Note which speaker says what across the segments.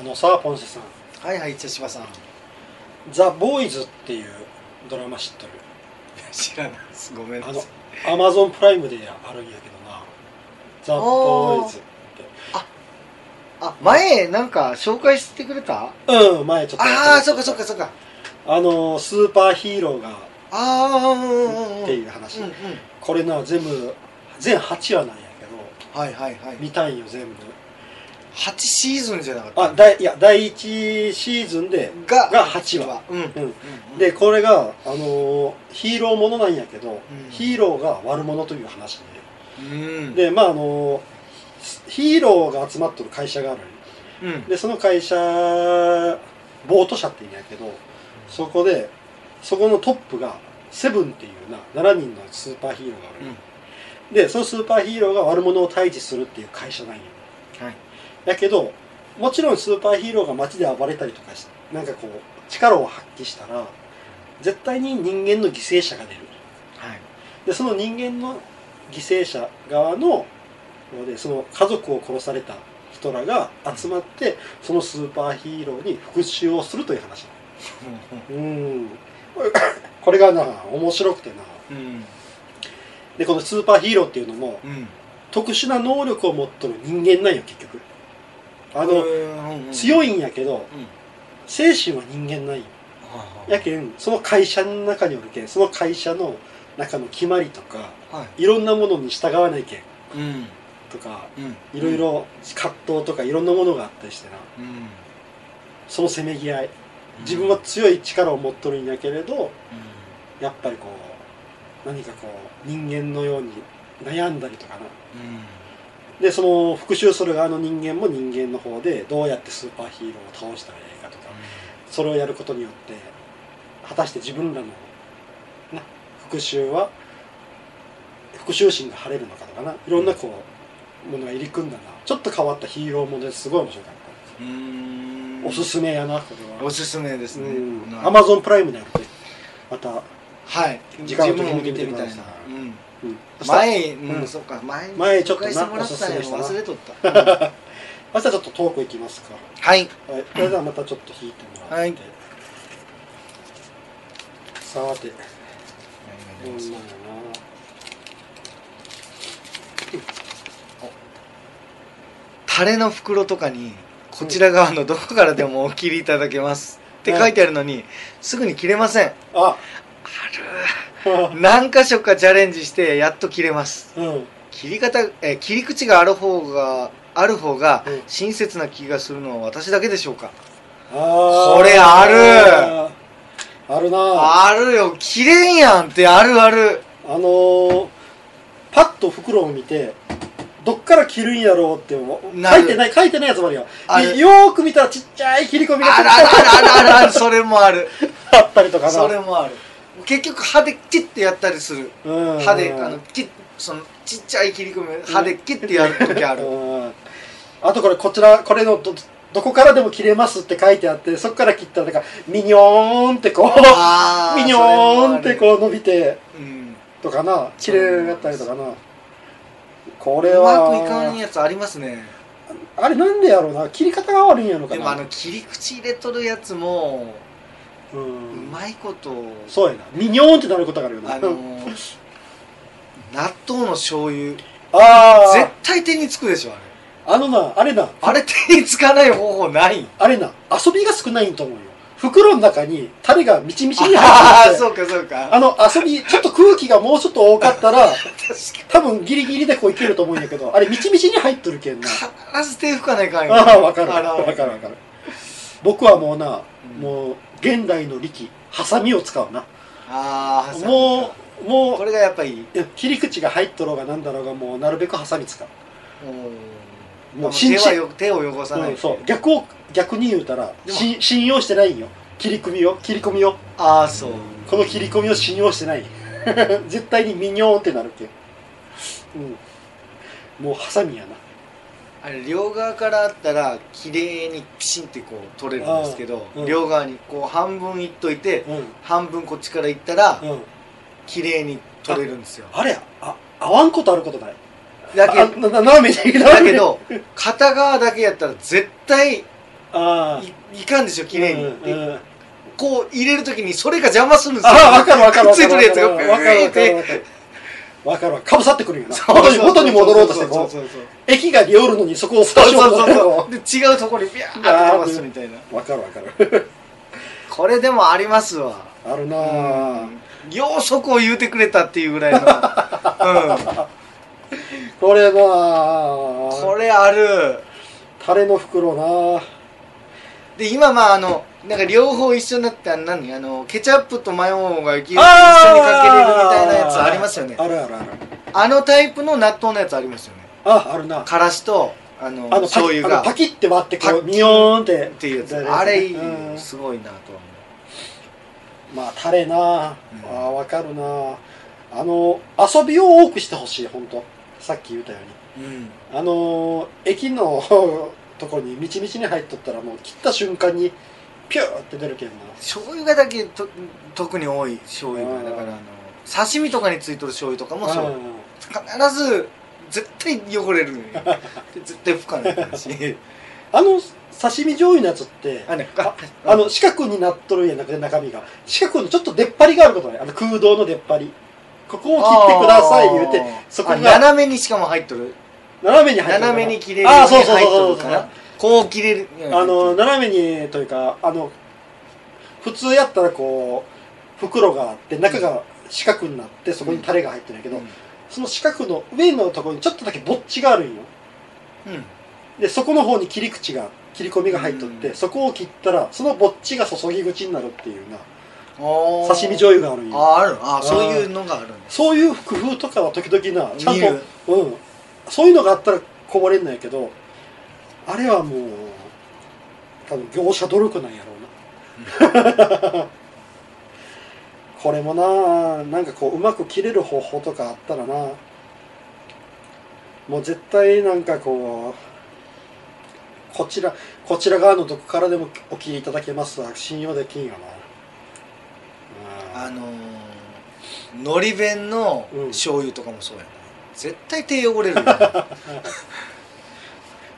Speaker 1: あのさあポンセさん
Speaker 2: はいはい茶柴さん
Speaker 1: 「ザ・ボーイズ」っていうドラマ知っとる
Speaker 2: 知らないですごめんな
Speaker 1: あ
Speaker 2: さい
Speaker 1: のアマゾンプライムであるんやけどな「ザ・ボーイズ
Speaker 2: あ前なんか紹介してくれた」
Speaker 1: うん前ちょっと
Speaker 2: ああそうかそうかそうか
Speaker 1: あのスーパーヒーローが
Speaker 2: ああうんうんうん
Speaker 1: っていう話、
Speaker 2: うんうん
Speaker 1: これな全部全8話なんやけど
Speaker 2: はいはいはい
Speaker 1: 見たんよ全部
Speaker 2: 8シーズンじゃなかった
Speaker 1: あだいいや第1シーズンで
Speaker 2: が
Speaker 1: が8話
Speaker 2: うんうん
Speaker 1: うん
Speaker 2: うん
Speaker 1: でこれが、あのーヒーローものなんやけど、
Speaker 2: うん
Speaker 1: ヒーローが悪者という話
Speaker 2: うん
Speaker 1: ででまああのーヒーローが集まっとる会社があるんよ
Speaker 2: うん
Speaker 1: でその会社ボート社って言うんやけどそこでそこのトップがセブンっていうな7人のスーパーヒーローがあるんよ、でそのスーパーヒーローが悪者を退治するっていう会社なんよ
Speaker 2: はい
Speaker 1: だけどもちろんスーパーヒーローが街で暴れたりとかしなんかこう力を発揮したら絶対に人間の犠牲者が出る
Speaker 2: はい
Speaker 1: でその人間の犠牲者側ののでその家族を殺された人らが集まってそのスーパーヒーローに復讐をするという話うんこれ これがな面白くてな
Speaker 2: うんうん
Speaker 1: でこのスーパーヒーローっていうのも
Speaker 2: うん
Speaker 1: 特殊な能力を持っとる人間なんよ結局あの、
Speaker 2: の
Speaker 1: 強
Speaker 2: い
Speaker 1: いんやけど
Speaker 2: うん
Speaker 1: 精神は人間ないよ
Speaker 2: はい
Speaker 1: やけんその会社の中におるけんその会社の中の決まりとか
Speaker 2: はい
Speaker 1: いろんなものに従わないけん
Speaker 2: うん
Speaker 1: とか
Speaker 2: うん
Speaker 1: いろいろ葛藤とかいろんなものがあったりしてな
Speaker 2: うん
Speaker 1: そのせめぎ合い自分は強い力を持っとるんやけれどやっぱりこう何かこう人間のように悩んだりとかな
Speaker 2: うんうん
Speaker 1: でその復讐する側の人間も人間の方でどうやってスーパーヒーローを倒したらいいかとかそれをやることによって果たして自分らのな復讐は復讐心が晴れるのかとかないろんなこうものが入り組んだなちょっと変わったヒーローものですごい面白かった
Speaker 2: うん
Speaker 1: おすすめやなこれ
Speaker 2: お
Speaker 1: は
Speaker 2: すすめですねなる
Speaker 1: ア
Speaker 2: ほど
Speaker 1: マゾンプライムであるねまた、
Speaker 2: はい
Speaker 1: 時間を
Speaker 2: 自分も
Speaker 1: 見
Speaker 2: 見
Speaker 1: て
Speaker 2: て
Speaker 1: み
Speaker 2: み
Speaker 1: て
Speaker 2: た
Speaker 1: くださ
Speaker 2: いないうん
Speaker 1: うん、
Speaker 2: 前
Speaker 1: う
Speaker 2: うんんそうか前
Speaker 1: 前ちょっとな
Speaker 2: 紹介してもらったんや
Speaker 1: おすすめしたな
Speaker 2: 忘れとったうん
Speaker 1: 明日ちょっとトークいきますか
Speaker 2: はい
Speaker 1: はい、それではまたちょっと引いてもらって、
Speaker 2: はい
Speaker 1: さてどんなんやな
Speaker 2: タレの袋とかにこちら側のどこからでもお切りいただけますって書いてあるのにすぐに切れません
Speaker 1: ああ
Speaker 2: 何箇所かチャレンジしてやっと切れます
Speaker 1: るうん
Speaker 2: 切り方えー切り口がある方がある方が
Speaker 1: うん
Speaker 2: 親切な気がするのは私だけでしょうか
Speaker 1: あー
Speaker 2: これある
Speaker 1: あるなあ
Speaker 2: あるよ切れんやんってあるある
Speaker 1: のー、パッと袋を見てどっから切るんやろうって思う
Speaker 2: なる
Speaker 1: 書いてない書いてないやつもあるよ
Speaker 2: あ
Speaker 1: い
Speaker 2: る
Speaker 1: よーく見たらちっちゃい切り込みが
Speaker 2: あるあるあるある あるそれもある
Speaker 1: あったりとかな
Speaker 2: それもある結局歯でキッてやったりする
Speaker 1: うん
Speaker 2: 歯であのキッそのちっちゃい切り込み歯でキッてやる時ある
Speaker 1: うんあとこれこちらこれのどどこからでも切れますって書いてあってそこから切ったらなんかミニョーンってこう
Speaker 2: あ
Speaker 1: ミニョーンって
Speaker 2: う、
Speaker 1: こう伸びて
Speaker 2: うん、
Speaker 1: とかな切れやったりとかなこ
Speaker 2: こ
Speaker 1: れは
Speaker 2: うまくいかんやつありますね
Speaker 1: あれなんでやろうな切り方が悪いんやろか
Speaker 2: で
Speaker 1: な
Speaker 2: もあの切り口入れとるやつも
Speaker 1: う
Speaker 2: うんまいこと
Speaker 1: そうやなミニョーンってなることがあるよな う
Speaker 2: あ
Speaker 1: ん
Speaker 2: の納豆の醤油
Speaker 1: あ
Speaker 2: 絶
Speaker 1: ー
Speaker 2: 対手につくでしょあれ
Speaker 1: あのなあれな
Speaker 2: あれ手につかない方法 ない
Speaker 1: あれな遊びが少ないと思うよ袋の中にタレがみちみちに
Speaker 2: あ
Speaker 1: 入って
Speaker 2: あ
Speaker 1: て
Speaker 2: そうかそうか
Speaker 1: あの遊びちょっと空気がもうちょっと多かった ら
Speaker 2: 確
Speaker 1: 多分ギリギリでこういけると思うんやけどあれみちみちに入っとるけんな
Speaker 2: かに必ず手拭かないかんよ
Speaker 1: ああわかる
Speaker 2: あ
Speaker 1: わ
Speaker 2: ら
Speaker 1: かるわかる僕はもうな、
Speaker 2: うん
Speaker 1: もう現代の力ハサミを使うな
Speaker 2: ああ
Speaker 1: もうも
Speaker 2: これがやっぱり
Speaker 1: う切り口が入っとろうがなんだろうがもうなるべくハサミ使う
Speaker 2: うん
Speaker 1: もう
Speaker 2: 手
Speaker 1: 信じ
Speaker 2: はよ手を汚さない、
Speaker 1: うんそう逆を逆に言うたら
Speaker 2: でも
Speaker 1: し信用してないんよ切り込みを切り込みを
Speaker 2: ああそう
Speaker 1: この切り込みを信用してない 絶対にミニョーンってなるけん、うん、もうハサミやな
Speaker 2: あれ両側からあったら綺麗にピシンってこう取れるんですけど、
Speaker 1: うん
Speaker 2: 両側にこう半分いっといて
Speaker 1: う
Speaker 2: 半分こっちからいった
Speaker 1: ん、
Speaker 2: ら
Speaker 1: うん、
Speaker 2: 綺麗に取れるんですよ
Speaker 1: あれやあ合わんことあることない
Speaker 2: だけ
Speaker 1: あなな斜めに
Speaker 2: だけど片側だけやったら絶対
Speaker 1: ああ
Speaker 2: いいかんでしょ綺麗に、
Speaker 1: うん
Speaker 2: で
Speaker 1: うん
Speaker 2: こう入れる時にそれが邪魔するんですよ
Speaker 1: ああ分かる分かる
Speaker 2: く
Speaker 1: 分
Speaker 2: っついて
Speaker 1: か
Speaker 2: る
Speaker 1: る
Speaker 2: やつが
Speaker 1: 分かる分
Speaker 2: ピ
Speaker 1: か
Speaker 2: ー
Speaker 1: る
Speaker 2: っ
Speaker 1: 分
Speaker 2: て
Speaker 1: かる分かるわかぶさってくるよな
Speaker 2: そう
Speaker 1: 元に元に戻ろうとして
Speaker 2: そ
Speaker 1: こ
Speaker 2: う
Speaker 1: う
Speaker 2: そうそう
Speaker 1: 駅が寄るのにそこを少
Speaker 2: そう
Speaker 1: し
Speaker 2: そう
Speaker 1: 戻
Speaker 2: そう
Speaker 1: る
Speaker 2: そ
Speaker 1: の
Speaker 2: うで違うところにビャーって飛ばすみたいな
Speaker 1: 分かる分かる
Speaker 2: これでもありますわ
Speaker 1: あるなあ
Speaker 2: うんようそこを言うてくれたっていうぐらいの、
Speaker 1: これな
Speaker 2: うん、
Speaker 1: あ
Speaker 2: これある
Speaker 1: タレの袋なあ
Speaker 2: で今まああのなんか両方一緒になってあの何あのケチャップとマヨネーズが一緒にかけれるみたいなやつありますよね
Speaker 1: あるあるある
Speaker 2: あのタイプの納豆のやつありますよね
Speaker 1: ああるな
Speaker 2: からしとあの
Speaker 1: あのパ
Speaker 2: 醤
Speaker 1: キ
Speaker 2: 油
Speaker 1: あの
Speaker 2: が
Speaker 1: パキって割って
Speaker 2: パ
Speaker 1: こう
Speaker 2: キッ
Speaker 1: ミヨーンって
Speaker 2: っていうやつ
Speaker 1: 出る
Speaker 2: あれいい
Speaker 1: うん
Speaker 2: すごいなとは
Speaker 1: まあタレなあ
Speaker 2: うん
Speaker 1: あ分かるなあの遊びを多くしてほしい本当さっき言ったように
Speaker 2: 思ううん
Speaker 1: あのー駅のところにみちみちに入っとったらもう切った瞬間にピューって出るけんな
Speaker 2: 醤油がだけと特に多い醤油
Speaker 1: うん
Speaker 2: がだからあの刺身とかについとる醤油とかもそう
Speaker 1: うん
Speaker 2: 必ず絶対汚 れるのよで絶対拭かないし
Speaker 1: あの刺身醤油のやつって
Speaker 2: あねあ
Speaker 1: あの四角になっとるんやなくて中身が四角にちょっと出っ張りがあることねあの空洞の出っ張りここを切ってください言うて
Speaker 2: あー
Speaker 1: そこが
Speaker 2: あ斜めにしかも入っとる
Speaker 1: 斜めに入ってる
Speaker 2: 斜めに切れる
Speaker 1: ああ
Speaker 2: ように
Speaker 1: そうそう
Speaker 2: 入っと
Speaker 1: そう
Speaker 2: る
Speaker 1: そ
Speaker 2: か
Speaker 1: う
Speaker 2: なこう切れる
Speaker 1: あの斜めにというかあの普通やったらこう袋があって中が四角になってそこにタレが入ってるんやけど、その四角の上のところにちょっとだけぼっちがあるんよ
Speaker 2: うん
Speaker 1: でそこの方に切り口が切り込みが入っとって、
Speaker 2: うん
Speaker 1: そこを切ったらそのぼっちが注ぎ口になるっていうな
Speaker 2: おー
Speaker 1: 刺身醤油があるんよ
Speaker 2: ああるあーそういうのがあるんです
Speaker 1: そういう工夫とかは時々なちゃん
Speaker 2: 見る
Speaker 1: と、うん、そういうのがあったらこぼれんのやけどあれはもう多分業者努力なんやろうな これもななんかこううまく切れる方法とかあったらなもう絶対なんかこうこちらこちら側のどこからでもお聞きいただけますわ信用できんよな
Speaker 2: あ
Speaker 1: うん
Speaker 2: のーのり弁の
Speaker 1: うん
Speaker 2: 醤油とかもそうやな、絶対手汚 れるよあ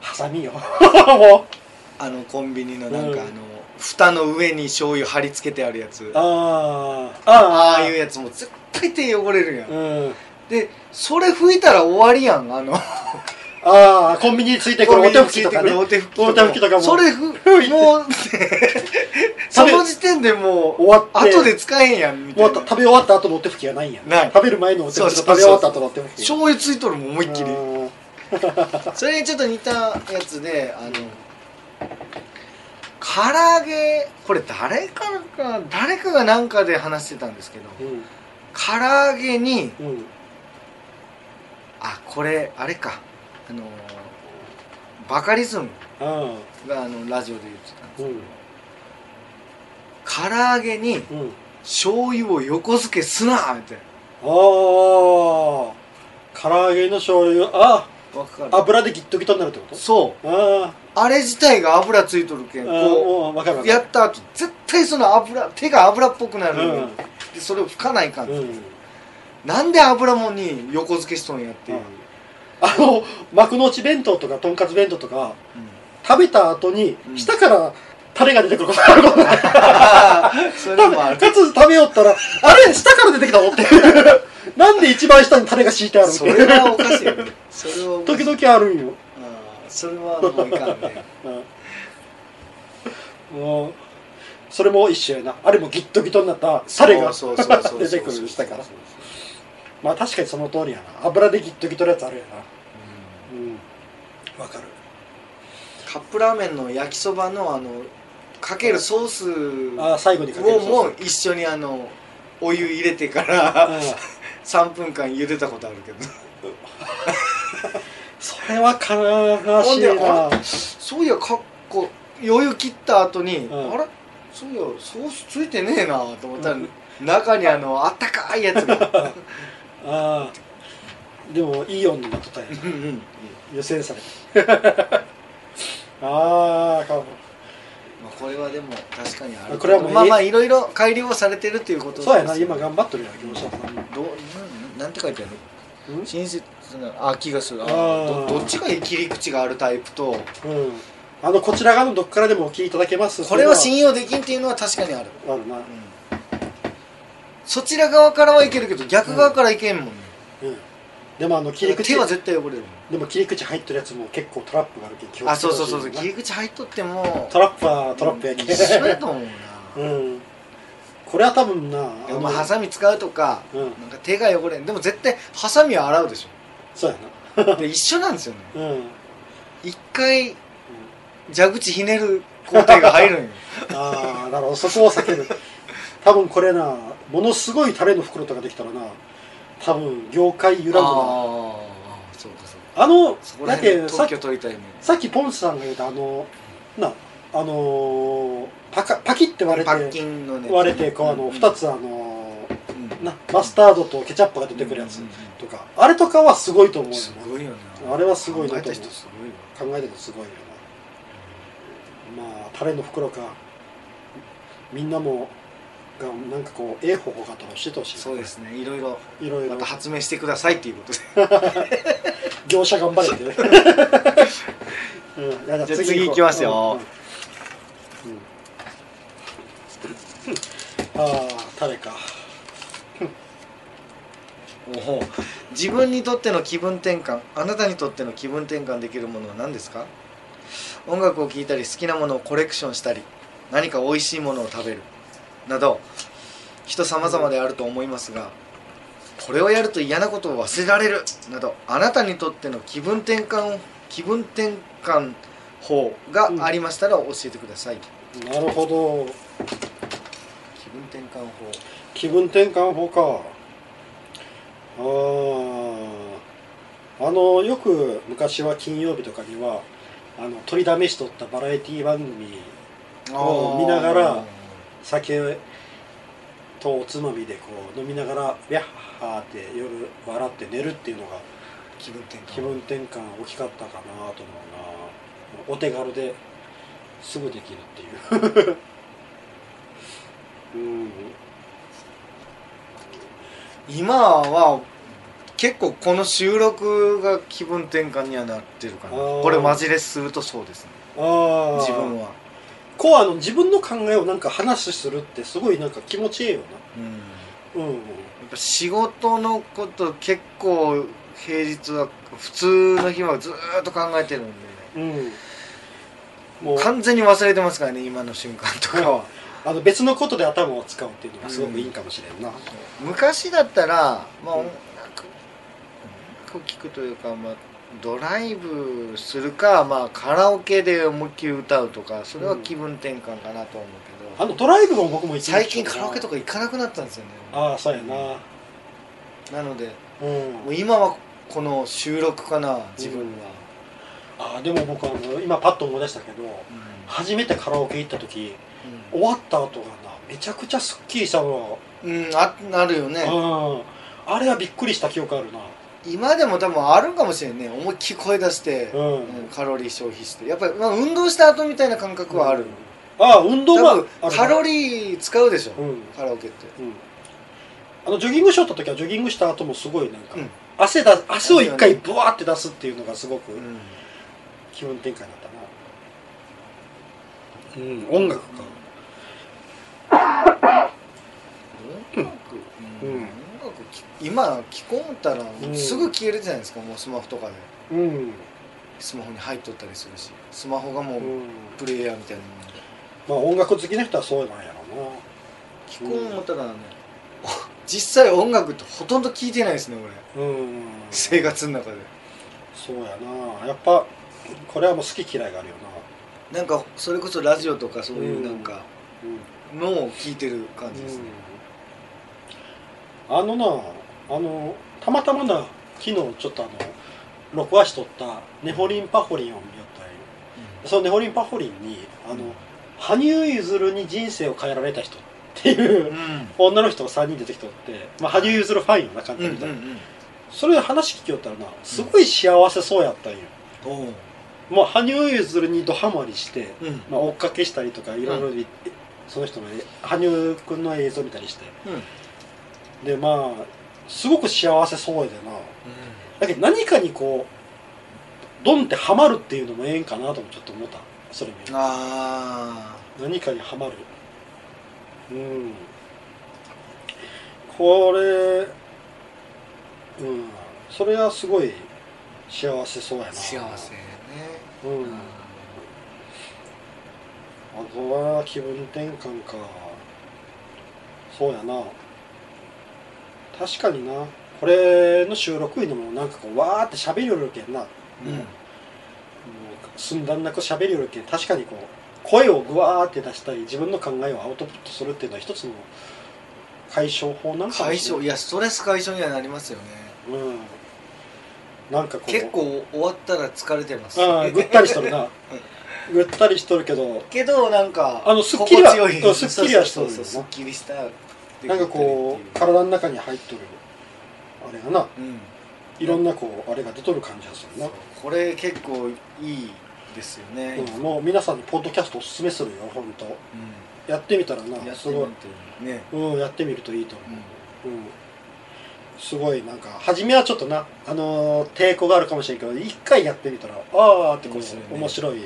Speaker 1: ハサミよ もう
Speaker 2: のコンビニのなん
Speaker 1: うん
Speaker 2: か、あの蓋の上に醤油貼り付けてあるやつあ
Speaker 1: あーあ
Speaker 2: あいう
Speaker 1: や
Speaker 2: やつも絶対手汚れるやん、
Speaker 1: うん、
Speaker 2: でそれ拭いたら終わりやん あの
Speaker 1: ああコンビニについてくるお手拭きとかね
Speaker 2: お手拭き
Speaker 1: お手拭きとかも
Speaker 2: それふ もうその時点でもう
Speaker 1: 終わって
Speaker 2: 後で使えんやんみ
Speaker 1: 終わ
Speaker 2: たい
Speaker 1: った
Speaker 2: な
Speaker 1: 食べ終わった後のお手拭きがないんや
Speaker 2: ない
Speaker 1: 食べる前のお手拭きと
Speaker 2: そうそう
Speaker 1: 食べ終わった後のお手拭き
Speaker 2: 醤油ついとるもん思いっきり
Speaker 1: うん
Speaker 2: それにちょっと似たやつであの唐揚げこれ誰かが誰かがなんかで話してたんですけど唐揚げに
Speaker 1: うんうん
Speaker 2: あこれあれかあのバカリズム
Speaker 1: あ
Speaker 2: があのラジオで言ってたんで
Speaker 1: ーうん
Speaker 2: す唐揚げに
Speaker 1: うん
Speaker 2: 醤油を横付けすなみたいな
Speaker 1: ああ唐揚げの醤油あ
Speaker 2: わかる
Speaker 1: あ油でギットギトになるってこと
Speaker 2: そう
Speaker 1: あ
Speaker 2: あれ自体が油ついとるけ
Speaker 1: ーあ
Speaker 2: ん
Speaker 1: ー
Speaker 2: こ
Speaker 1: もう分かる
Speaker 2: う
Speaker 1: 分
Speaker 2: や
Speaker 1: か
Speaker 2: った後絶対その油手が油っぽくなる
Speaker 1: る
Speaker 2: んよでそれを拭かないかん
Speaker 1: うん、うん、
Speaker 2: なんで油もんに横付けしとんやっていう、
Speaker 1: うんあの幕の内弁当とかとんかつ弁当とか
Speaker 2: うん
Speaker 1: 食べた後に
Speaker 2: うん
Speaker 1: 下からタレが出てくることあることない
Speaker 2: それ
Speaker 1: 食べ
Speaker 2: もある
Speaker 1: かつ食べよったらあれ下から出てきたのってなんで一番下にタレが敷いてあるのっ
Speaker 2: それ
Speaker 1: て
Speaker 2: はおかしいよねそれはおかし
Speaker 1: 時
Speaker 2: い
Speaker 1: 々あるんよ、
Speaker 2: あーそれはもういかんね
Speaker 1: うん、もうそれも一緒やなあれもギットギトになった タレが
Speaker 2: そうそうそうそう
Speaker 1: 出てくる下から
Speaker 2: そうそうそう
Speaker 1: まあ確かにその通りやな油でギットギトのやつあるやな
Speaker 2: うん
Speaker 1: うんわかる
Speaker 2: カップラーメンの焼きそばのあのかけるソース
Speaker 1: あー最後にかけ
Speaker 2: を
Speaker 1: る
Speaker 2: も
Speaker 1: う
Speaker 2: う一緒にあのお湯入れてから3分間茹でたことあるけど
Speaker 1: それは悲しい
Speaker 2: ほ
Speaker 1: な
Speaker 2: そういやかっこ余裕切った後に、
Speaker 1: うん
Speaker 2: あれそういやソースついてねえなと思ったら、中にあのあったかいや つが
Speaker 1: あーでもいい温度になっとったんやな
Speaker 2: うんうん
Speaker 1: 予選された ああか
Speaker 2: まあこれはでも確かにある
Speaker 1: これはもう
Speaker 2: まあまあいろいろ改良されてるっていうこと
Speaker 1: そうやな今
Speaker 2: が
Speaker 1: 頑張っとるやん業者さん
Speaker 2: どうなんなんて書いてある
Speaker 1: うん
Speaker 2: 親切なあ気がするあ
Speaker 1: あー
Speaker 2: どどっちがいい切り口があるタイプと
Speaker 1: うんあのこちら側のどっからでもお聞きいただけます
Speaker 2: これは信用できんっていうのは確かにある、
Speaker 1: あるな、
Speaker 2: うん、そちら側からはいけるけど逆側からいけんもんね、
Speaker 1: うん、でもあの切り口
Speaker 2: 手は絶対汚れるもん
Speaker 1: でも切り口入ってるやつも結構トラップがあるけん気を
Speaker 2: あ
Speaker 1: つけ
Speaker 2: そ
Speaker 1: てほしい
Speaker 2: うそうそうそう切り口入っとっても
Speaker 1: トラップはトラップやけん
Speaker 2: 一緒やと思うな、
Speaker 1: うんこれは多分な
Speaker 2: でもまあ
Speaker 1: あ
Speaker 2: ハ
Speaker 1: の
Speaker 2: サミ使うとか
Speaker 1: うん
Speaker 2: なんか手が汚れんでも絶対ハサミは洗うでし
Speaker 1: そうや
Speaker 2: ょで一緒なんですよね
Speaker 1: なうん、うん、
Speaker 2: 一回蛇口ひねる工程が入るん よ
Speaker 1: ああなるほどそこを避ける多分これなものすごいタレの袋とかできたらな多分業界揺らぐな
Speaker 2: ああそうかそうか
Speaker 1: あの
Speaker 2: そこら
Speaker 1: だけ
Speaker 2: 辺
Speaker 1: ん
Speaker 2: で
Speaker 1: さっ
Speaker 2: 特
Speaker 1: き
Speaker 2: 許取りたいもん
Speaker 1: さっきポンスさんが言ったあのなあのーパカパキって割
Speaker 2: パ
Speaker 1: れ
Speaker 2: ッ
Speaker 1: て
Speaker 2: キンのね
Speaker 1: 割れてこうあの2
Speaker 2: つ、
Speaker 1: つあのー
Speaker 2: うん
Speaker 1: なマスタードとケチャップが出てくるやつ
Speaker 2: うんうん
Speaker 1: とかあれとかはすごいと思
Speaker 2: う
Speaker 1: うんよ
Speaker 2: すごいよな
Speaker 1: あれはすごいな
Speaker 2: 考
Speaker 1: と思う
Speaker 2: えた人すごいわ
Speaker 1: 考えてるとすごいよなまあタレの袋かみんなもがなんかこうええ方法があったら教えてほしいな
Speaker 2: そうですねいろいろ
Speaker 1: いろいろ
Speaker 2: また発明してくださいっていうことで
Speaker 1: 業者頑張れって、 うん、じゃあ
Speaker 2: じゃあ次行きますよ、
Speaker 1: うんうんうんああタレか
Speaker 2: おう自分にとっての気分転換あなたにとっての気分転換できるものは何ですか音楽を聴いたり好きなものをコレクションしたり何か美味しいものを食べるなど人様々であると思いますがこれをやると嫌なことを忘れられるなどあなたにとっての気分転換気分転換法がありましたら教えてください、
Speaker 1: なるほど
Speaker 2: 気分転換法
Speaker 1: 気分転換法かあーあのよく昔は金曜日とかにはあの取りだめしとったバラエティ番組を見ながら酒とおつまみでこう飲みながら「やっはー」って夜笑って寝るっていうのが
Speaker 2: 気分転換
Speaker 1: 気分転換大きかったかなと思うなお手軽ですぐできるって いううん
Speaker 2: 今は結構この収録が気分転換にはなってるかな
Speaker 1: あー
Speaker 2: これマジレスするとそうですね
Speaker 1: ああ
Speaker 2: 自分は
Speaker 1: こうあの自分の考えをなんか話するってすごいなんか気持ちいいよ
Speaker 2: うんや
Speaker 1: なうんうん
Speaker 2: っぱ仕事のこと結構平日は普通の日はずーっと考えてるんで
Speaker 1: うんもう
Speaker 2: 完全に忘れてますからね今の瞬間とかは
Speaker 1: あの別のことで頭を使うっていうのがすごくいいかもしれんな、
Speaker 2: 昔だったらまあ
Speaker 1: うん
Speaker 2: 音楽音楽を聴くというかまあドライブするかまあカラオケで思いっきり歌うとかそれは気分転換かなと思うけど、
Speaker 1: あのドライブも僕も
Speaker 2: 最近カラオケと
Speaker 1: か
Speaker 2: か行かなくなったんですよね
Speaker 1: ああそうやな
Speaker 2: なので
Speaker 1: うん
Speaker 2: もう今はこの収録かな自分は、
Speaker 1: ああでも僕あの今パッと思い出したけど
Speaker 2: うん
Speaker 1: 初めてカラオケ行った時終わった後がなめちゃくちゃすっきりしたの、
Speaker 2: うんうんあなるよね
Speaker 1: うんあれはびっくりした記憶あるな
Speaker 2: 今でも多分あるかもしれんね思いっきり声出して、
Speaker 1: うん、
Speaker 2: うんカロリー消費してやっぱり、まあ、運動した後みたいな感覚はある、
Speaker 1: ああ運動は
Speaker 2: 多分カロ
Speaker 1: リ
Speaker 2: リー使うでしょ、
Speaker 1: うん
Speaker 2: カラオケって
Speaker 1: うんあのジョギングしよった時はジョギングした後もすごいなんか、
Speaker 2: うん
Speaker 1: 汗だ汗を一回ブワーって出すっていうのがすごく
Speaker 2: うん
Speaker 1: 気分転換だったなうん音楽か
Speaker 2: 音楽、
Speaker 1: うん
Speaker 2: 音楽き今聞こうたら
Speaker 1: うん
Speaker 2: すぐ消えるじゃないですか、もうスマホとかで
Speaker 1: うん、
Speaker 2: スマホに入っとったりするしスマホが
Speaker 1: う、
Speaker 2: もううんプレイヤーみたいなもんで
Speaker 1: まあ音楽好きな人はそうなんやろうな
Speaker 2: 聞こう思ったらね、 実際音楽ってほとんど聞いてないですね俺
Speaker 1: うん
Speaker 2: 生活の中で
Speaker 1: そうやなやっぱこれはもう好き嫌いがあるよ
Speaker 2: なんかそれこそラジオとかそういうなんか
Speaker 1: なうん
Speaker 2: のを聞いてる感じですね、
Speaker 1: うんあのなあのたまたまな昨日ちょっとあの録画しとったネホリンパホリンを見よったんよそのネホリンパホリンにあの、
Speaker 2: うん
Speaker 1: 羽生結弦に人生を変えられた人っていう、
Speaker 2: うん
Speaker 1: 女の人が3人出てきとって、まあ、羽生結弦ファインな感
Speaker 2: う
Speaker 1: じ
Speaker 2: んう
Speaker 1: み
Speaker 2: んう
Speaker 1: たいな、
Speaker 2: ん
Speaker 1: それで話聞きよったらなすごい幸せそうやったんよ、
Speaker 2: おう
Speaker 1: もう羽生結弦にドハマりして、
Speaker 2: うんうん
Speaker 1: まあ、追っかけしたりとかいろいろ、その人のえ羽生君の映像見たりしてでまあすごく幸せそうやでなだけど何かにこうドンってハマるっていうのもええんかなともちょっと思ったそれ見る
Speaker 2: あ
Speaker 1: 何かにはまるうんこれうんそれはすごい幸せそうやな
Speaker 2: あ幸せね、
Speaker 1: うん、
Speaker 2: うん
Speaker 1: あとは気分転換かそうやな確かになこれの収録にでもなんかこうわーって喋りよるけんな、もうすんだんなく喋りよるけん確かにこう声をぐわーって出したり自分の考えをアウトプットするっていうのは一つの解消法なんかも
Speaker 2: 解
Speaker 1: しれ
Speaker 2: 消
Speaker 1: ない
Speaker 2: いやストレス解消にはなりますよね
Speaker 1: うんなんかこう
Speaker 2: 結構終わったら疲れてます
Speaker 1: うんぐったりしとるなぐったりしとるけど
Speaker 2: けどなんか
Speaker 1: あのすっきりは
Speaker 2: 心地よ
Speaker 1: う
Speaker 2: い
Speaker 1: んすっきりはしとるよな
Speaker 2: そうそうそうすっきりした
Speaker 1: なんかこう
Speaker 2: できたり
Speaker 1: 体の中に入っとるあれがな
Speaker 2: っていううん
Speaker 1: いろんなこうあれが出とる感じがするな、
Speaker 2: これ結構いいですよね、
Speaker 1: うん、もう皆さんにポッドキャストおすすめするよ本当
Speaker 2: う
Speaker 1: やってみたら
Speaker 2: んや
Speaker 1: な
Speaker 2: っ
Speaker 1: す
Speaker 2: てみ
Speaker 1: ごい
Speaker 2: る、とね
Speaker 1: うん、やってみるといいと思う、うん、すごいなんか初めはちょっとなあのー抵抗があるかもしれんけど一回やってみたらああってこ
Speaker 2: 面白いね
Speaker 1: う面白いよ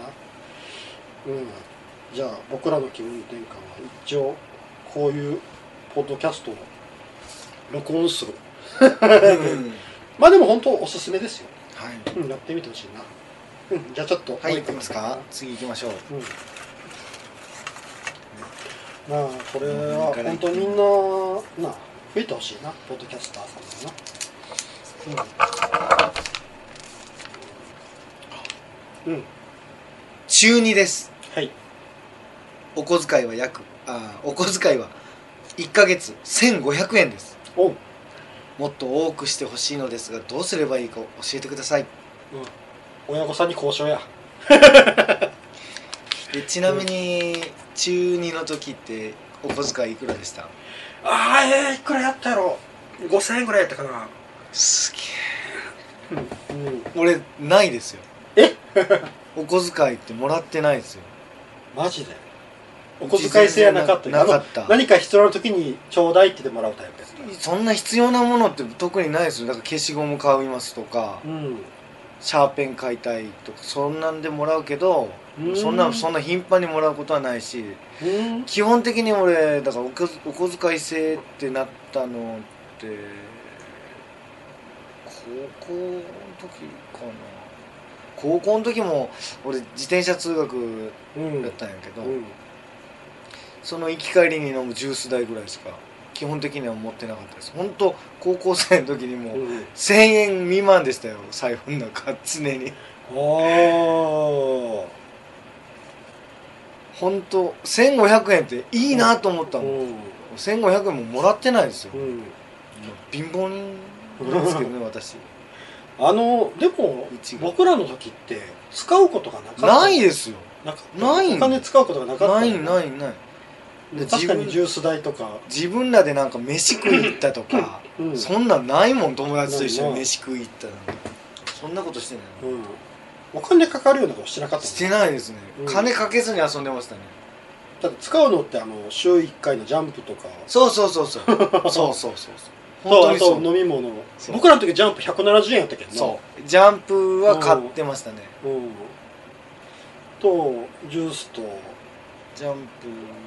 Speaker 1: なうんじゃあ僕らの気分転換は一応こういうポッドキャストを録音する
Speaker 2: うんうん
Speaker 1: まあでも本当おすすめですよ
Speaker 2: はい
Speaker 1: うん、やってみてほしいな。うん、じゃあちょっと。
Speaker 2: はい
Speaker 1: もう一
Speaker 2: 行
Speaker 1: 個
Speaker 2: きますか次行きましょう
Speaker 1: うん。まあ、これは
Speaker 2: うん
Speaker 1: 本当みんな、な、増えてほしいな、ポッドキャスターさんもな。うん。うん、
Speaker 2: 中2です
Speaker 1: はい。
Speaker 2: お小遣いは約あーお小遣いは1ヶ月1500円です
Speaker 1: おう。うん。
Speaker 2: もっと多くしてほしいのですがどうすればいいか教えてください
Speaker 1: 親御さんに交渉や。
Speaker 2: でちなみに中2の時ってお小遣いいくらでした
Speaker 1: ああ、ええいくらやったやろ。五千円ぐらいやったかな。
Speaker 2: すげ
Speaker 1: うん。
Speaker 2: え俺ないですよ
Speaker 1: え
Speaker 2: お小遣いってもらってないですよ
Speaker 1: マジで。お小遣い制はなかったよ
Speaker 2: なかった
Speaker 1: あの何か必要な時にちょうだいって言ってもらうタイプやった。
Speaker 2: そんな必要なものって特にないですよだから消しゴム買いますとか
Speaker 1: うん。
Speaker 2: シャーペン買いたいとかそんなんでもらうけど
Speaker 1: うん
Speaker 2: そんなそんな頻繁にもらうことはないし
Speaker 1: うん
Speaker 2: 基本的に俺だからお小お小遣い制ってなったのって高校の時かな高校の時も俺自転車通学
Speaker 1: うん
Speaker 2: だったんやけど、
Speaker 1: うん
Speaker 2: その行き帰りに飲むジュース代ぐらいしか基本的には持ってなかったです本当高校生の時にもう
Speaker 1: うん
Speaker 2: 1000円未満でしたよ財布の中常に
Speaker 1: おー
Speaker 2: 本当1500円っていいなと思った
Speaker 1: う
Speaker 2: もん、
Speaker 1: ん
Speaker 2: 1500円ももらってないですよ、
Speaker 1: うん
Speaker 2: 貧乏人なんですけどね私
Speaker 1: あのでも
Speaker 2: うちが
Speaker 1: 僕らの時って使うことがなかった
Speaker 2: ないですよ
Speaker 1: なかった
Speaker 2: ない
Speaker 1: お金使うことがなかった
Speaker 2: ないないいない
Speaker 1: 確か
Speaker 2: 自分
Speaker 1: にジュース代とか
Speaker 2: 自分らでなんか飯食い行ったとか、
Speaker 1: うん
Speaker 2: そんなんないもん友達と一緒
Speaker 1: ない
Speaker 2: に
Speaker 1: な
Speaker 2: 飯食い行ったなんてそんなことしてないの
Speaker 1: うんお金かかるようなことしてなかった
Speaker 2: してないですね、
Speaker 1: うん
Speaker 2: 金かけずに遊んでましたね
Speaker 1: だって使うのってあの週1回のジャンプとか
Speaker 2: そうそうそう そうそうそうそうそう本
Speaker 1: と
Speaker 2: 当
Speaker 1: あ
Speaker 2: にそう
Speaker 1: と飲み物
Speaker 2: そう
Speaker 1: 僕らの時ジャンプ170円やったけどな
Speaker 2: そうジャンプは買ってましたね
Speaker 1: うんとジュースと
Speaker 2: ジャン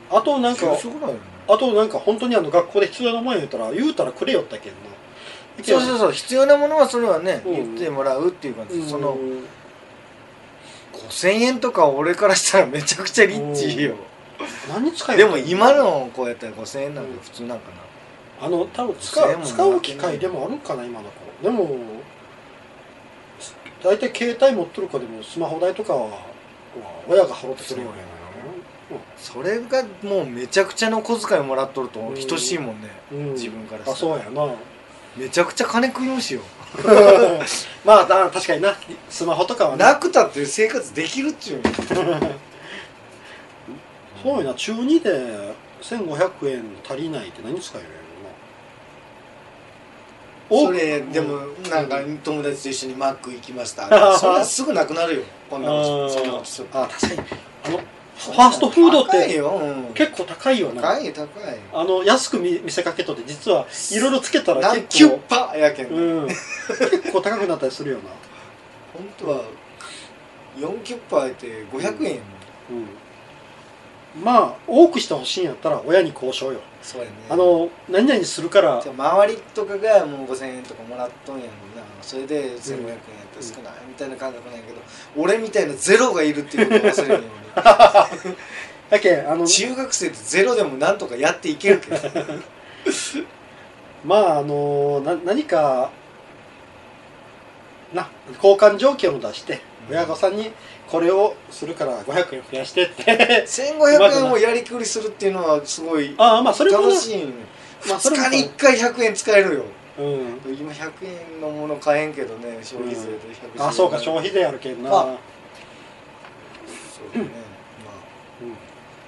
Speaker 2: プ
Speaker 1: あとなんか
Speaker 2: 九州ぐらいよね
Speaker 1: あとなんか本当にあの学校で必要なもんや言うたら言うたらくれよったけんな
Speaker 2: そうそうそう必要なものはそれはね、
Speaker 1: うん
Speaker 2: 言ってもらうっていう感じ、
Speaker 1: うん
Speaker 2: その5000円とか俺からしたらめちゃくちゃリッチよ、
Speaker 1: 何に使え
Speaker 2: で
Speaker 1: る
Speaker 2: も今のこうやったら5000円なん
Speaker 1: う
Speaker 2: て
Speaker 1: ん
Speaker 2: 普通なんかな、
Speaker 1: あの多分
Speaker 2: 5000
Speaker 1: 使
Speaker 2: 円
Speaker 1: う
Speaker 2: も
Speaker 1: 使う機会でもあるんかな今の子でも大体携帯持っとるかでもスマホ代とかは親が払ってくれようや
Speaker 2: それがもうめちゃくちゃの小遣いもらっとると等しいもんね、
Speaker 1: な、うん、
Speaker 2: 自分からした
Speaker 1: あ
Speaker 2: ら
Speaker 1: そうや な
Speaker 2: めちゃくちゃ金食いますよ
Speaker 1: まあだ確かになスマホとかは
Speaker 2: なくたって生活できるっちゅう
Speaker 1: そうやな中2で1500円足りないって何使えるんやろな
Speaker 2: それでもなんか友達と一緒にマック行きましたそんなんすぐなくなるよこんなことそんなことする
Speaker 1: あ確かにあのファーストフードっ
Speaker 2: 高い
Speaker 1: て
Speaker 2: よ、うん、
Speaker 1: 結構高いよな
Speaker 2: 高いよ高いよ
Speaker 1: あの安く見見せかけとって実はいろいろつけたら
Speaker 2: なん
Speaker 1: 結
Speaker 2: キュッ
Speaker 1: 構
Speaker 2: パやけん、
Speaker 1: うん結構高くなったりするよな
Speaker 2: 本当は4キュッパーって500円、
Speaker 1: うん、まあ多くしてほしいんやったら親に交渉よ、
Speaker 2: そうやね
Speaker 1: あの何々するから
Speaker 2: じゃあ周りとかがもう5000円とかもらっとんやろなそれで1500円やったら少ないみたいな感覚なんやけど俺みたいなゼロがいるっていうことを忘れるよね
Speaker 1: だけあの
Speaker 2: 中学生ってゼロでもなんとかやっていけるけど
Speaker 1: まああのな何かな交換条件を出して
Speaker 2: うん
Speaker 1: 親御さんにこれをするから500円増やしてって
Speaker 2: 1500円をやりくりするっていうのはすごい
Speaker 1: ああまあそれも
Speaker 2: 楽
Speaker 1: ね
Speaker 2: しいんよ
Speaker 1: まあそ
Speaker 2: 2
Speaker 1: れも
Speaker 2: 日に1回100円使えるよ
Speaker 1: うん
Speaker 2: 今100円のもの買えんけどね消費税で110円
Speaker 1: あそうか消費税やるけんな、
Speaker 2: あそうだねまあ
Speaker 1: うん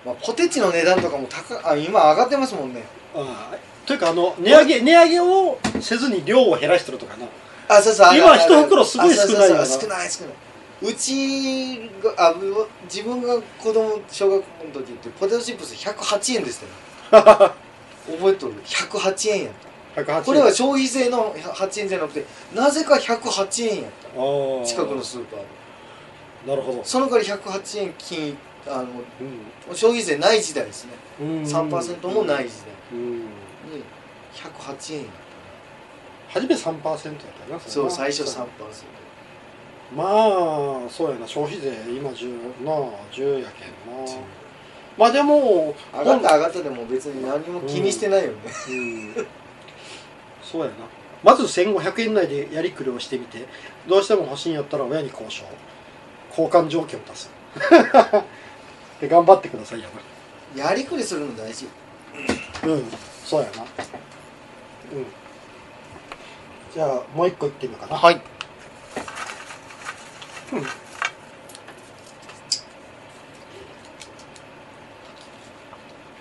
Speaker 2: まあ、ポテチの値段とかも高あ今上がってますもんね
Speaker 1: ああというかあの値上げ値上げをせずに量を減らしてるとかな
Speaker 2: あそうそう
Speaker 1: 今
Speaker 2: あるある
Speaker 1: 一袋すごい
Speaker 2: あそうそ
Speaker 1: 少
Speaker 2: う
Speaker 1: ないよな
Speaker 2: そう少ない少ないうちがあう自分が子供小学校の時ってポテトチップス108円でしたよ 覚えとる108円やった
Speaker 1: 108円
Speaker 2: これは消費税の8円じゃなくてなぜか108円やっ
Speaker 1: あー
Speaker 2: た近くのスーパーで
Speaker 1: なるほど
Speaker 2: その代わり108円金あの
Speaker 1: う
Speaker 2: 消費税ない時代ですね
Speaker 1: ん
Speaker 2: 3%もない時
Speaker 1: うん
Speaker 2: 代に108円やった
Speaker 1: 初め3%やったよなれな
Speaker 2: そう最初3%
Speaker 1: まあそうやな消費税今10な10やけんなまあでも
Speaker 2: 上がった上がったでも別に何も気にしてないよね
Speaker 1: うんそうやなまず1500円内でやりくりをしてみてどうしても欲しいんやったら親に交渉交換条件を出す で頑張ってくださいや
Speaker 2: やりくりするの大事
Speaker 1: なうんそうやなうんじゃあもう一個いってみようかな
Speaker 2: はい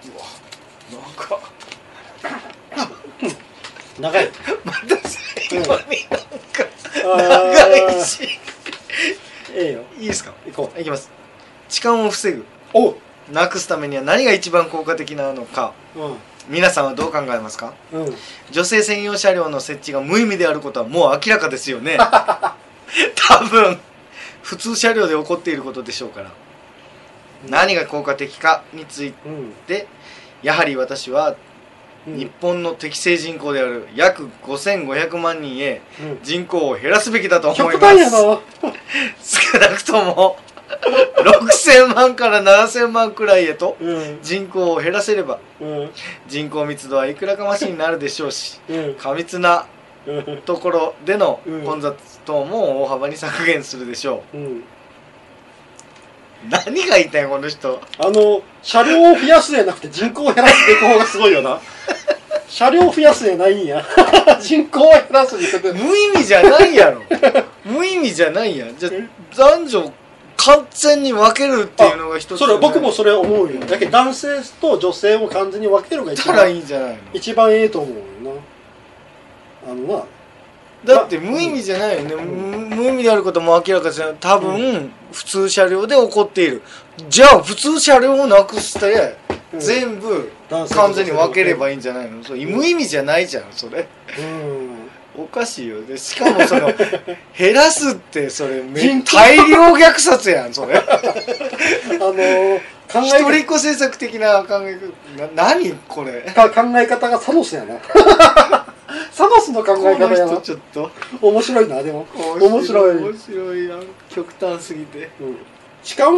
Speaker 2: うんうわなんか
Speaker 1: 長い
Speaker 2: また最後になんか長
Speaker 1: 長
Speaker 2: いし
Speaker 1: ええよ
Speaker 2: いいですか
Speaker 1: 行こう
Speaker 2: いきます痴漢を防ぐ
Speaker 1: おう
Speaker 2: なくすためには何が一番効果的なのか
Speaker 1: う
Speaker 2: 皆さんはどう考えますか
Speaker 1: んうん
Speaker 2: 女性専用車両の設置が無意味であることはもう明らかで すよね多分普通車両で起こっていることでしょうから何が効果的かについ
Speaker 1: うん
Speaker 2: てやはり私は
Speaker 1: うん
Speaker 2: 日本の適正人口である約5500万人へ
Speaker 1: うん
Speaker 2: 人口を減らすべきだと思い
Speaker 1: 極
Speaker 2: ま
Speaker 1: 端や
Speaker 2: す
Speaker 1: な
Speaker 2: 少なくとも 6000万から7000万くらいへと
Speaker 1: うん
Speaker 2: 人口を減らせれば
Speaker 1: うん
Speaker 2: 人口密度はいくらかましになるでしょうし
Speaker 1: うん
Speaker 2: 過密な
Speaker 1: うん
Speaker 2: ところでの
Speaker 1: うん
Speaker 2: 混雑等も大幅に削減するでしょ
Speaker 1: うん
Speaker 2: う、何が言いたいこの人
Speaker 1: あの車両を増やすでなくて人口を減らすでいく方がすごいよ な車両を増やすでないん や人口を減らすに行く
Speaker 2: 無意味じゃないやろ無意味じゃないやんじゃあ
Speaker 1: うん
Speaker 2: 男女完全に分けるっていうのが一つ
Speaker 1: それ僕も
Speaker 2: し
Speaker 1: それ思うよだけど男性と女性を完全に分けるのが一
Speaker 2: たら
Speaker 1: 番
Speaker 2: いいんじゃないの
Speaker 1: 一番ええと思うよなあのな
Speaker 2: だって無意味じゃないよね、
Speaker 1: ん
Speaker 2: 無無意味であることも明らかじゃない多分、
Speaker 1: う
Speaker 2: 普通車両で起こっているじゃあ普通車両をなくして、
Speaker 1: うん
Speaker 2: 全部
Speaker 1: 男性と
Speaker 2: 完全に分ければ
Speaker 1: い
Speaker 2: いいんじゃないのそう無意味じゃないじゃんそれ
Speaker 1: うん
Speaker 2: おかしいよでしかも その減らすってそれめ
Speaker 1: 人口
Speaker 2: 大量虐殺やん それ
Speaker 1: あのー考
Speaker 2: 一
Speaker 1: え
Speaker 2: 人っ子政策的な考え方な何これ
Speaker 1: か考え方がサノスやな サノスの考
Speaker 2: こ
Speaker 1: え方
Speaker 2: の
Speaker 1: や
Speaker 2: 人
Speaker 1: な
Speaker 2: ちょっと
Speaker 1: 面白いなでも、面白い
Speaker 2: 面白いな極端すぎて
Speaker 1: うん、痴漢を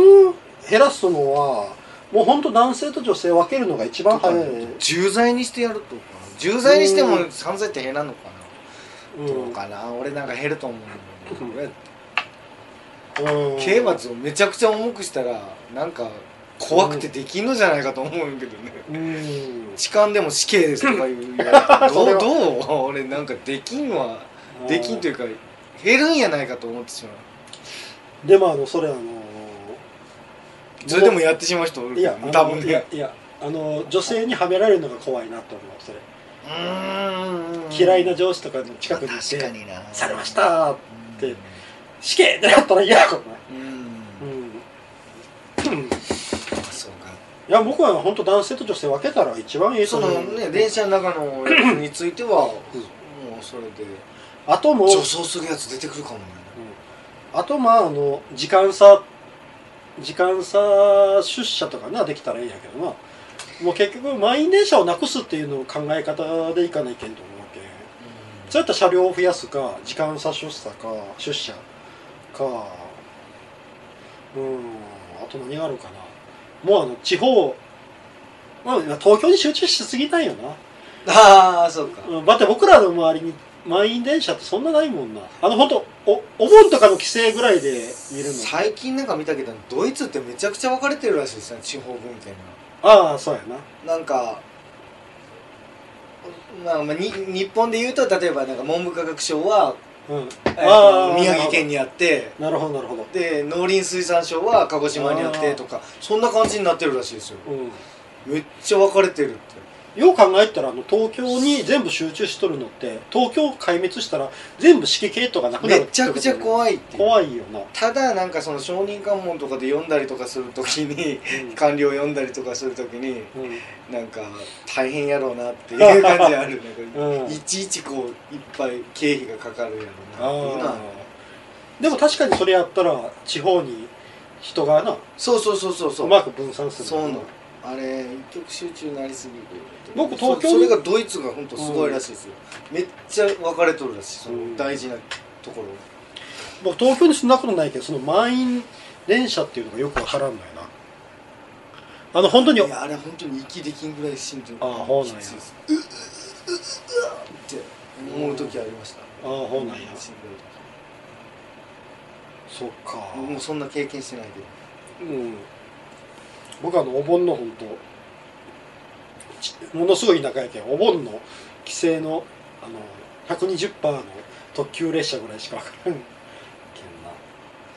Speaker 1: 減らすのはもう本当男性と女性分けるのが一番早い、ね
Speaker 2: 重罪にしてやるとか重罪にして
Speaker 1: う
Speaker 2: も
Speaker 1: ん
Speaker 2: 散罪って減らんのか
Speaker 1: う
Speaker 2: な、どうんかな俺なんか減ると思う
Speaker 1: うん
Speaker 2: 俺
Speaker 1: うん
Speaker 2: 刑罰をめちゃくちゃ重くしたらなんか怖くてできんのじゃないかと思うけどね
Speaker 1: うん
Speaker 2: 痴漢でも死刑ですとかいう言われ て
Speaker 1: それ
Speaker 2: どう
Speaker 1: は
Speaker 2: どう俺なんかできんわできんというか減るんやないかと思ってしまう
Speaker 1: でもあのそれあの
Speaker 2: それでもやってしまう人おる
Speaker 1: いやあの
Speaker 2: 多分
Speaker 1: いや
Speaker 2: ね
Speaker 1: いやあの女性にはめられるのが怖いなと思うそれ、
Speaker 2: うーん
Speaker 1: 嫌いな上司とかの近くにい
Speaker 2: 確か
Speaker 1: て
Speaker 2: にな
Speaker 1: 「されました!」
Speaker 2: って
Speaker 1: 死刑ってなったら嫌やことない、
Speaker 2: うん、
Speaker 1: う
Speaker 2: ま
Speaker 1: ん、い
Speaker 2: あそうか
Speaker 1: や僕は本当男性と女性分けたら一番いいと
Speaker 2: そ
Speaker 1: 思う
Speaker 2: のね電車の中のやつについてはもうそれで
Speaker 1: あともう
Speaker 2: 女装するやつ出てくるかもね
Speaker 1: うんあとまああの時間差時間差出社とかなできたらいいんやけどなもう結局満員電車をなくすっていうのを考え方でいかないけんと思うわけそうやったら車両を増やすか時間差出社か出社かうんあと何があるかなもうあの地方まあ東京に集中しすぎたんよな
Speaker 2: ああそうか
Speaker 1: うんだって僕らの周りに満員電車ってそんなないもんなあの本当おお盆とかの帰省ぐらいで見るの
Speaker 2: 最近なんか見たけどドイツってめちゃくちゃ分かれてるらしいですね地方分権
Speaker 1: ああそうやな
Speaker 2: がなんかまあ、まあ、に日本で言うと例えばなんか文部科学省は、
Speaker 1: うん
Speaker 2: えっと
Speaker 1: あー
Speaker 2: 宮城県にあって
Speaker 1: なるほどなるほど
Speaker 2: で農林水産省は鹿児島にあってとかそんな感じになってるらしいですよ
Speaker 1: うん
Speaker 2: めっちゃ分かれてるって
Speaker 1: よう考えたらあの東京に全部集中しとるのって東京壊滅したら全部指揮系統がなくなる
Speaker 2: めちゃくちゃ
Speaker 1: い
Speaker 2: 怖いっていう
Speaker 1: 怖いよな、う
Speaker 2: ただなんかその証人喚問とかで読んだりとかするときに
Speaker 1: ん
Speaker 2: 官僚読んだりとかするときに
Speaker 1: う
Speaker 2: なんか大変やろうなっていう感じあるね
Speaker 1: ん うん
Speaker 2: いちいちこういっぱい経費がかかるや
Speaker 1: あ
Speaker 2: ろうなっていうのは
Speaker 1: あでも確かにそれやったら地方に人がな
Speaker 2: そうそうそうそうそう
Speaker 1: うまく分散する
Speaker 2: そうなのあれ一極集中になりすぎる
Speaker 1: 僕東京
Speaker 2: そそれがドイツが本当すごいらしいですよ、めっちゃ分かれとるらしいその大事なところ、
Speaker 1: 僕東京にそんなことないけどその満員電車っていうのがよくわからんのよなあの本当に
Speaker 2: いやあれ本当に息できんぐらいしんどい
Speaker 1: ああほうなんや
Speaker 2: きついですううううううって思う時ありました
Speaker 1: ああほうなんや
Speaker 2: しんど
Speaker 1: そっか
Speaker 2: い時もうそんな経験してないけど
Speaker 1: うん、僕あのお盆の本当ちものすごい田舎やけんお盆の帰省のあの120%の特急列車ぐらいしか分からん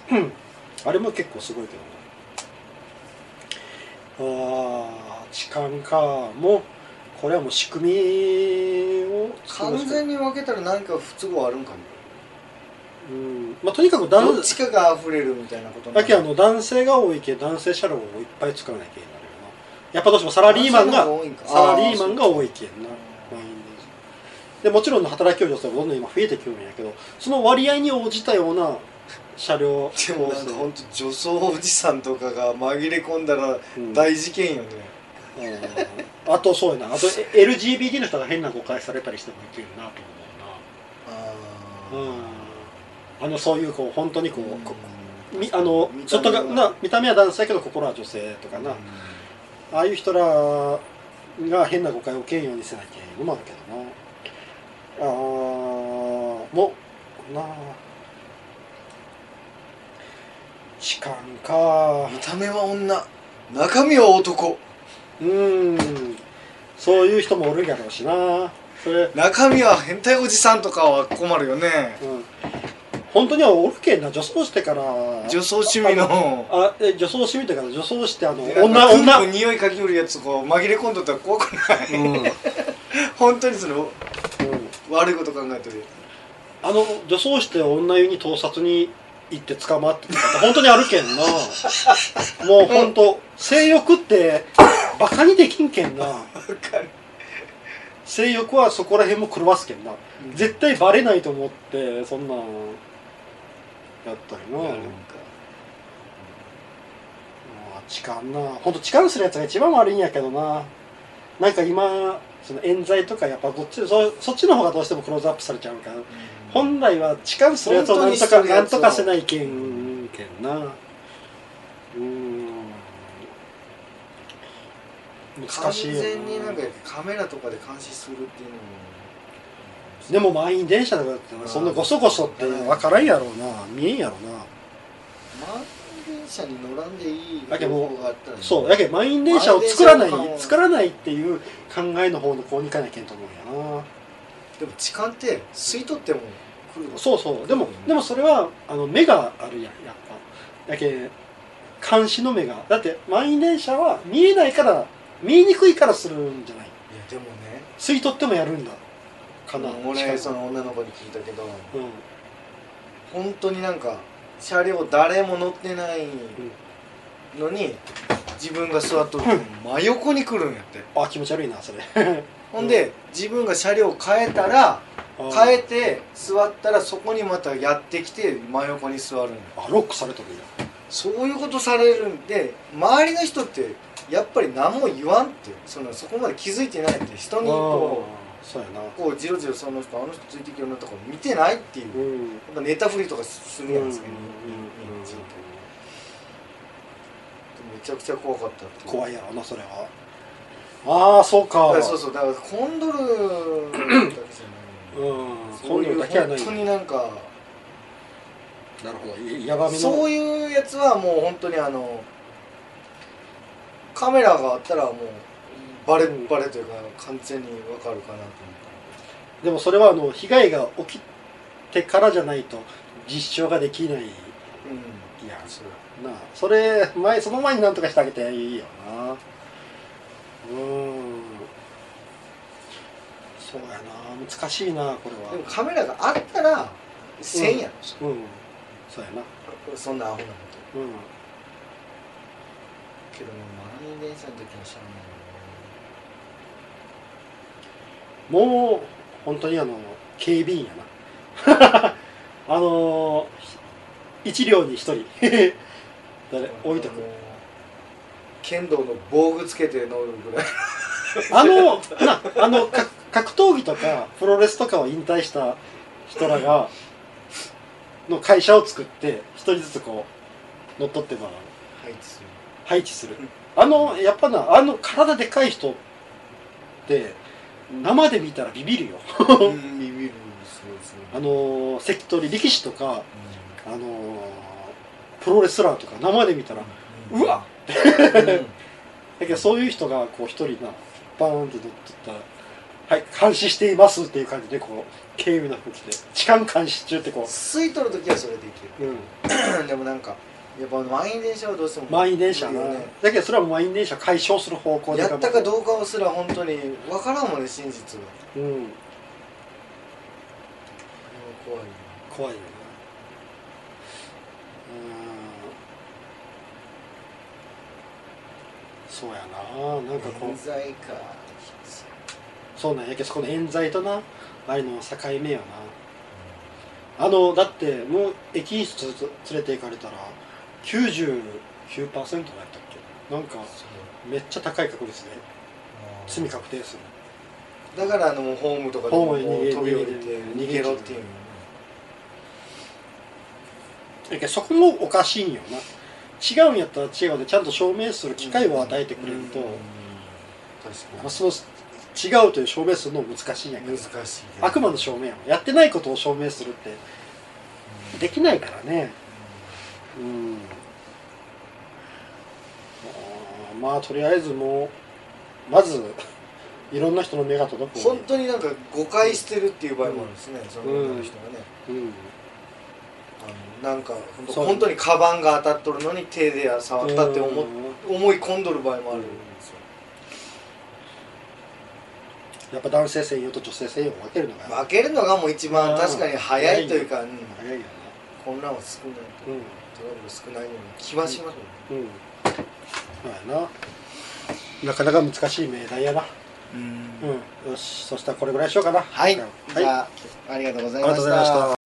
Speaker 1: けんな、うん、あれも結構すごいけどなあー痴漢かもうこれはもう仕組みを作る
Speaker 2: 完
Speaker 1: しか
Speaker 2: 全に分けたら何か不都合あるんかも
Speaker 1: うんまあ、とにかく
Speaker 2: ど
Speaker 1: 男
Speaker 2: っちかが溢れるみたいなことにな
Speaker 1: だ
Speaker 2: る
Speaker 1: けあの男性が多いけん男性車両をいっぱい使わなきゃいけないよなやっぱどうしてもサラリーマンが
Speaker 2: 男性の方多いんか
Speaker 1: サラリーマンが多いけんな
Speaker 2: あー
Speaker 1: 満員電車でもちろんの働きより女性もどんどん今増えてきよるんやけどその割合に応じたような車両を
Speaker 2: でも なんか本当女装おじさんとかが紛れ込んだら
Speaker 1: うん
Speaker 2: 大事件よね、
Speaker 1: うんあとそうやなあと LGBT の人が変な誤解されたりしてもいけるなと
Speaker 2: あ
Speaker 1: 思うなうんあのそういうこう本当にこう、こ
Speaker 2: あ
Speaker 1: みあの外がな見た目は男性やけど心は女性とかな、ああいう人らが変な誤解を受けんようにせなきゃいけないのもあるけどなあーもうなあ痴漢か
Speaker 2: 見た目は女中身は男
Speaker 1: うーんそういう人もおるやろうしなそれ、うん、
Speaker 2: 中身は変態おじさんとかは困るよね
Speaker 1: 本当にはおるけんな女装してから
Speaker 2: 女装趣味の
Speaker 1: あえ女装趣味だから女装してあの
Speaker 2: なん
Speaker 1: 女女
Speaker 2: かクンクン匂い嗅ぎよるやつこう紛れ込んどったら怖くない、
Speaker 1: うん、うん、
Speaker 2: 本当にその悪いこと考えてる
Speaker 1: あの女装して女湯に盗撮に行って捕まってとかって本当にあるけんなもう本当性欲ってバカにできんけんな
Speaker 2: わかる
Speaker 1: 性欲はそこら辺も狂わすけんな絶対バレないと思ってそんなんやったりな、
Speaker 2: や
Speaker 1: も
Speaker 2: るん
Speaker 1: う
Speaker 2: か
Speaker 1: 痴漢な本当痴漢するやつが一番悪いんやけどななんか今その冤罪とかやっぱどっちそそっちの方がどうしてもクローズアップされちゃうから本来は痴漢するやつをなんと
Speaker 2: 本当
Speaker 1: か
Speaker 2: にするやつ
Speaker 1: な
Speaker 2: を
Speaker 1: んとかせないけんけんなうーん難
Speaker 2: 完
Speaker 1: しいよ
Speaker 2: 全になんかカメラとかで監視するっていうのも
Speaker 1: でも満員電車とかだってなそんなごそごそって分からんやろうな見えんやろう
Speaker 2: 満員電車に乗らんでいい
Speaker 1: だけど
Speaker 2: 方法があったら
Speaker 1: ない
Speaker 2: い
Speaker 1: そうやけん満員電車を作らな
Speaker 2: 満員電車の
Speaker 1: い
Speaker 2: 顔
Speaker 1: 作らないっていう考えの方のこうにいかなきゃいけんと思うんやな
Speaker 2: でも痴漢って吸い取っても来るの
Speaker 1: そうそうでも
Speaker 2: うん
Speaker 1: でもそれはあの目があるやんやっぱだけ監視の目がだって満員電車は見えないから見えにくいからするんじゃない
Speaker 2: いやでもね
Speaker 1: 吸い取ってもやるんだかな
Speaker 2: 俺そ
Speaker 1: ん
Speaker 2: の女の子に聞いたけど
Speaker 1: うん
Speaker 2: 本当になんか車両誰も乗ってないのに自分が座っとると真横に来るんやって
Speaker 1: あ気持ち悪いなそれ
Speaker 2: ほんで自分が車両変えたら
Speaker 1: あ
Speaker 2: 変えて座ったらそこにまたやってきて真横に座るんだ
Speaker 1: あロックされてるんだ
Speaker 2: そういうことされるんで周りの人ってやっぱり何も言わんってそのそこまで気づいてないって人にこ
Speaker 1: そうやな
Speaker 2: うこうじろじろその人あの人ついてきようなとか見てないってい
Speaker 1: う
Speaker 2: うや
Speaker 1: ん
Speaker 2: っぱネタフリとかするやんですかね日本人ってめちゃくちゃ怖かったっていう
Speaker 1: 怖いやろなそれはああそう
Speaker 2: だ
Speaker 1: か
Speaker 2: からそうそうだからコンドルだけじゃない
Speaker 1: うん
Speaker 2: そう
Speaker 1: 根
Speaker 2: い
Speaker 1: 拠
Speaker 2: う
Speaker 1: だけは
Speaker 2: 本
Speaker 1: ない
Speaker 2: 当になんか
Speaker 1: なるほどいやばめの
Speaker 2: そういうやつはもう本当にあのカメラがあったらもうバレッバレというか完全にわかるかなと思
Speaker 1: でもそれはあの被害が起きてからじゃないと実証ができない
Speaker 2: ったうん
Speaker 1: やん
Speaker 2: そう
Speaker 1: なあそれ前その前に何とかしてあげていいよなうーんそうやな難しいなこれ
Speaker 2: でも
Speaker 1: は
Speaker 2: カメラがあったらせんやろ、
Speaker 1: うんそうやな
Speaker 2: そんなアホなこ
Speaker 1: うん
Speaker 2: とけどもう満員電車の時はしゃあ
Speaker 1: もう本当にあの警備員やな あのひ一両に一人 誰
Speaker 2: ないな
Speaker 1: 置いとく
Speaker 2: もう剣道の防具つけて乗るぐらい
Speaker 1: あのなあのか格闘技とかプロレスとかを引退した人らがの会社を作って一人ずつこう乗っ取ってもらう
Speaker 2: 配置する
Speaker 1: 配置するあのやっぱなあの体でかい人って生で見たらビビるよ
Speaker 2: うんビビるそうですね
Speaker 1: あの関取力士とかあのプロレスラーとか生で見たら
Speaker 2: うん
Speaker 1: うわ
Speaker 2: うん
Speaker 1: だけどそういう人がこう一人なバーンって乗っとったら「はい監視しています」っていう感じでこう警備の服着て「痴漢監視中」ってこ
Speaker 2: 吸い取る時はそれでいける
Speaker 1: う、うん、
Speaker 2: でもなんかやっぱ満員電車はどうしても
Speaker 1: 満員電車な、
Speaker 2: いいよね
Speaker 1: だけどそれは満員電車解消する方向で
Speaker 2: やったか
Speaker 1: う、
Speaker 2: どうかをすら本当に分からんもんね真実が
Speaker 1: うん、
Speaker 2: 怖いな
Speaker 1: 怖いよねうんそうやななんかこう
Speaker 2: 冤罪か
Speaker 1: そうなんやけどそこの冤罪となあれの境目やなあのだってもう駅員室連れて行かれたら99%だったっけなんかめっちゃ高い確率で罪確定する
Speaker 2: だからあのホームとかでも
Speaker 1: ホームに逃げ
Speaker 2: 飛び降りて
Speaker 1: 逃げ
Speaker 2: 逃げろっていう
Speaker 1: やけどそこもおかしいんよな違うんやったら違うんでちゃんと証明する機会を与えてくれると、
Speaker 2: うん
Speaker 1: まあ、
Speaker 2: 確
Speaker 1: その違うという証明するのも難しいんや
Speaker 2: か
Speaker 1: け
Speaker 2: に
Speaker 1: ど
Speaker 2: 難しいけど
Speaker 1: 悪魔の証明やもんやってないことを証明するってできないからねうんあーまあとりあえずもうまずいろんな人の目が届くよう
Speaker 2: 本
Speaker 1: に
Speaker 2: 当になんか誤解してるっていう場合もあるんですね、その女の人がね、
Speaker 1: うん
Speaker 2: あのなんか本当
Speaker 1: そう
Speaker 2: 本当にカバンが当たっとるのに手で触ったって思っ
Speaker 1: うん
Speaker 2: 思い込んどる場合もあるんですよ
Speaker 1: やっぱ男性専用と女性専用を分けるのが
Speaker 2: 負けるのがもう一
Speaker 1: う
Speaker 2: 番
Speaker 1: ん
Speaker 2: 確かに早いというか、うん、
Speaker 1: 早いよね
Speaker 2: 混乱は少ないというかトラブル少ないような気はしますよね、
Speaker 1: うんうんそうやななかなか難しい命題やなうんよしそしたらこれぐらいしようかな
Speaker 2: はい、
Speaker 1: はい
Speaker 2: じゃあありがとうござ
Speaker 1: あ
Speaker 2: い
Speaker 1: りがと
Speaker 2: ま
Speaker 1: う
Speaker 2: し
Speaker 1: ございましたた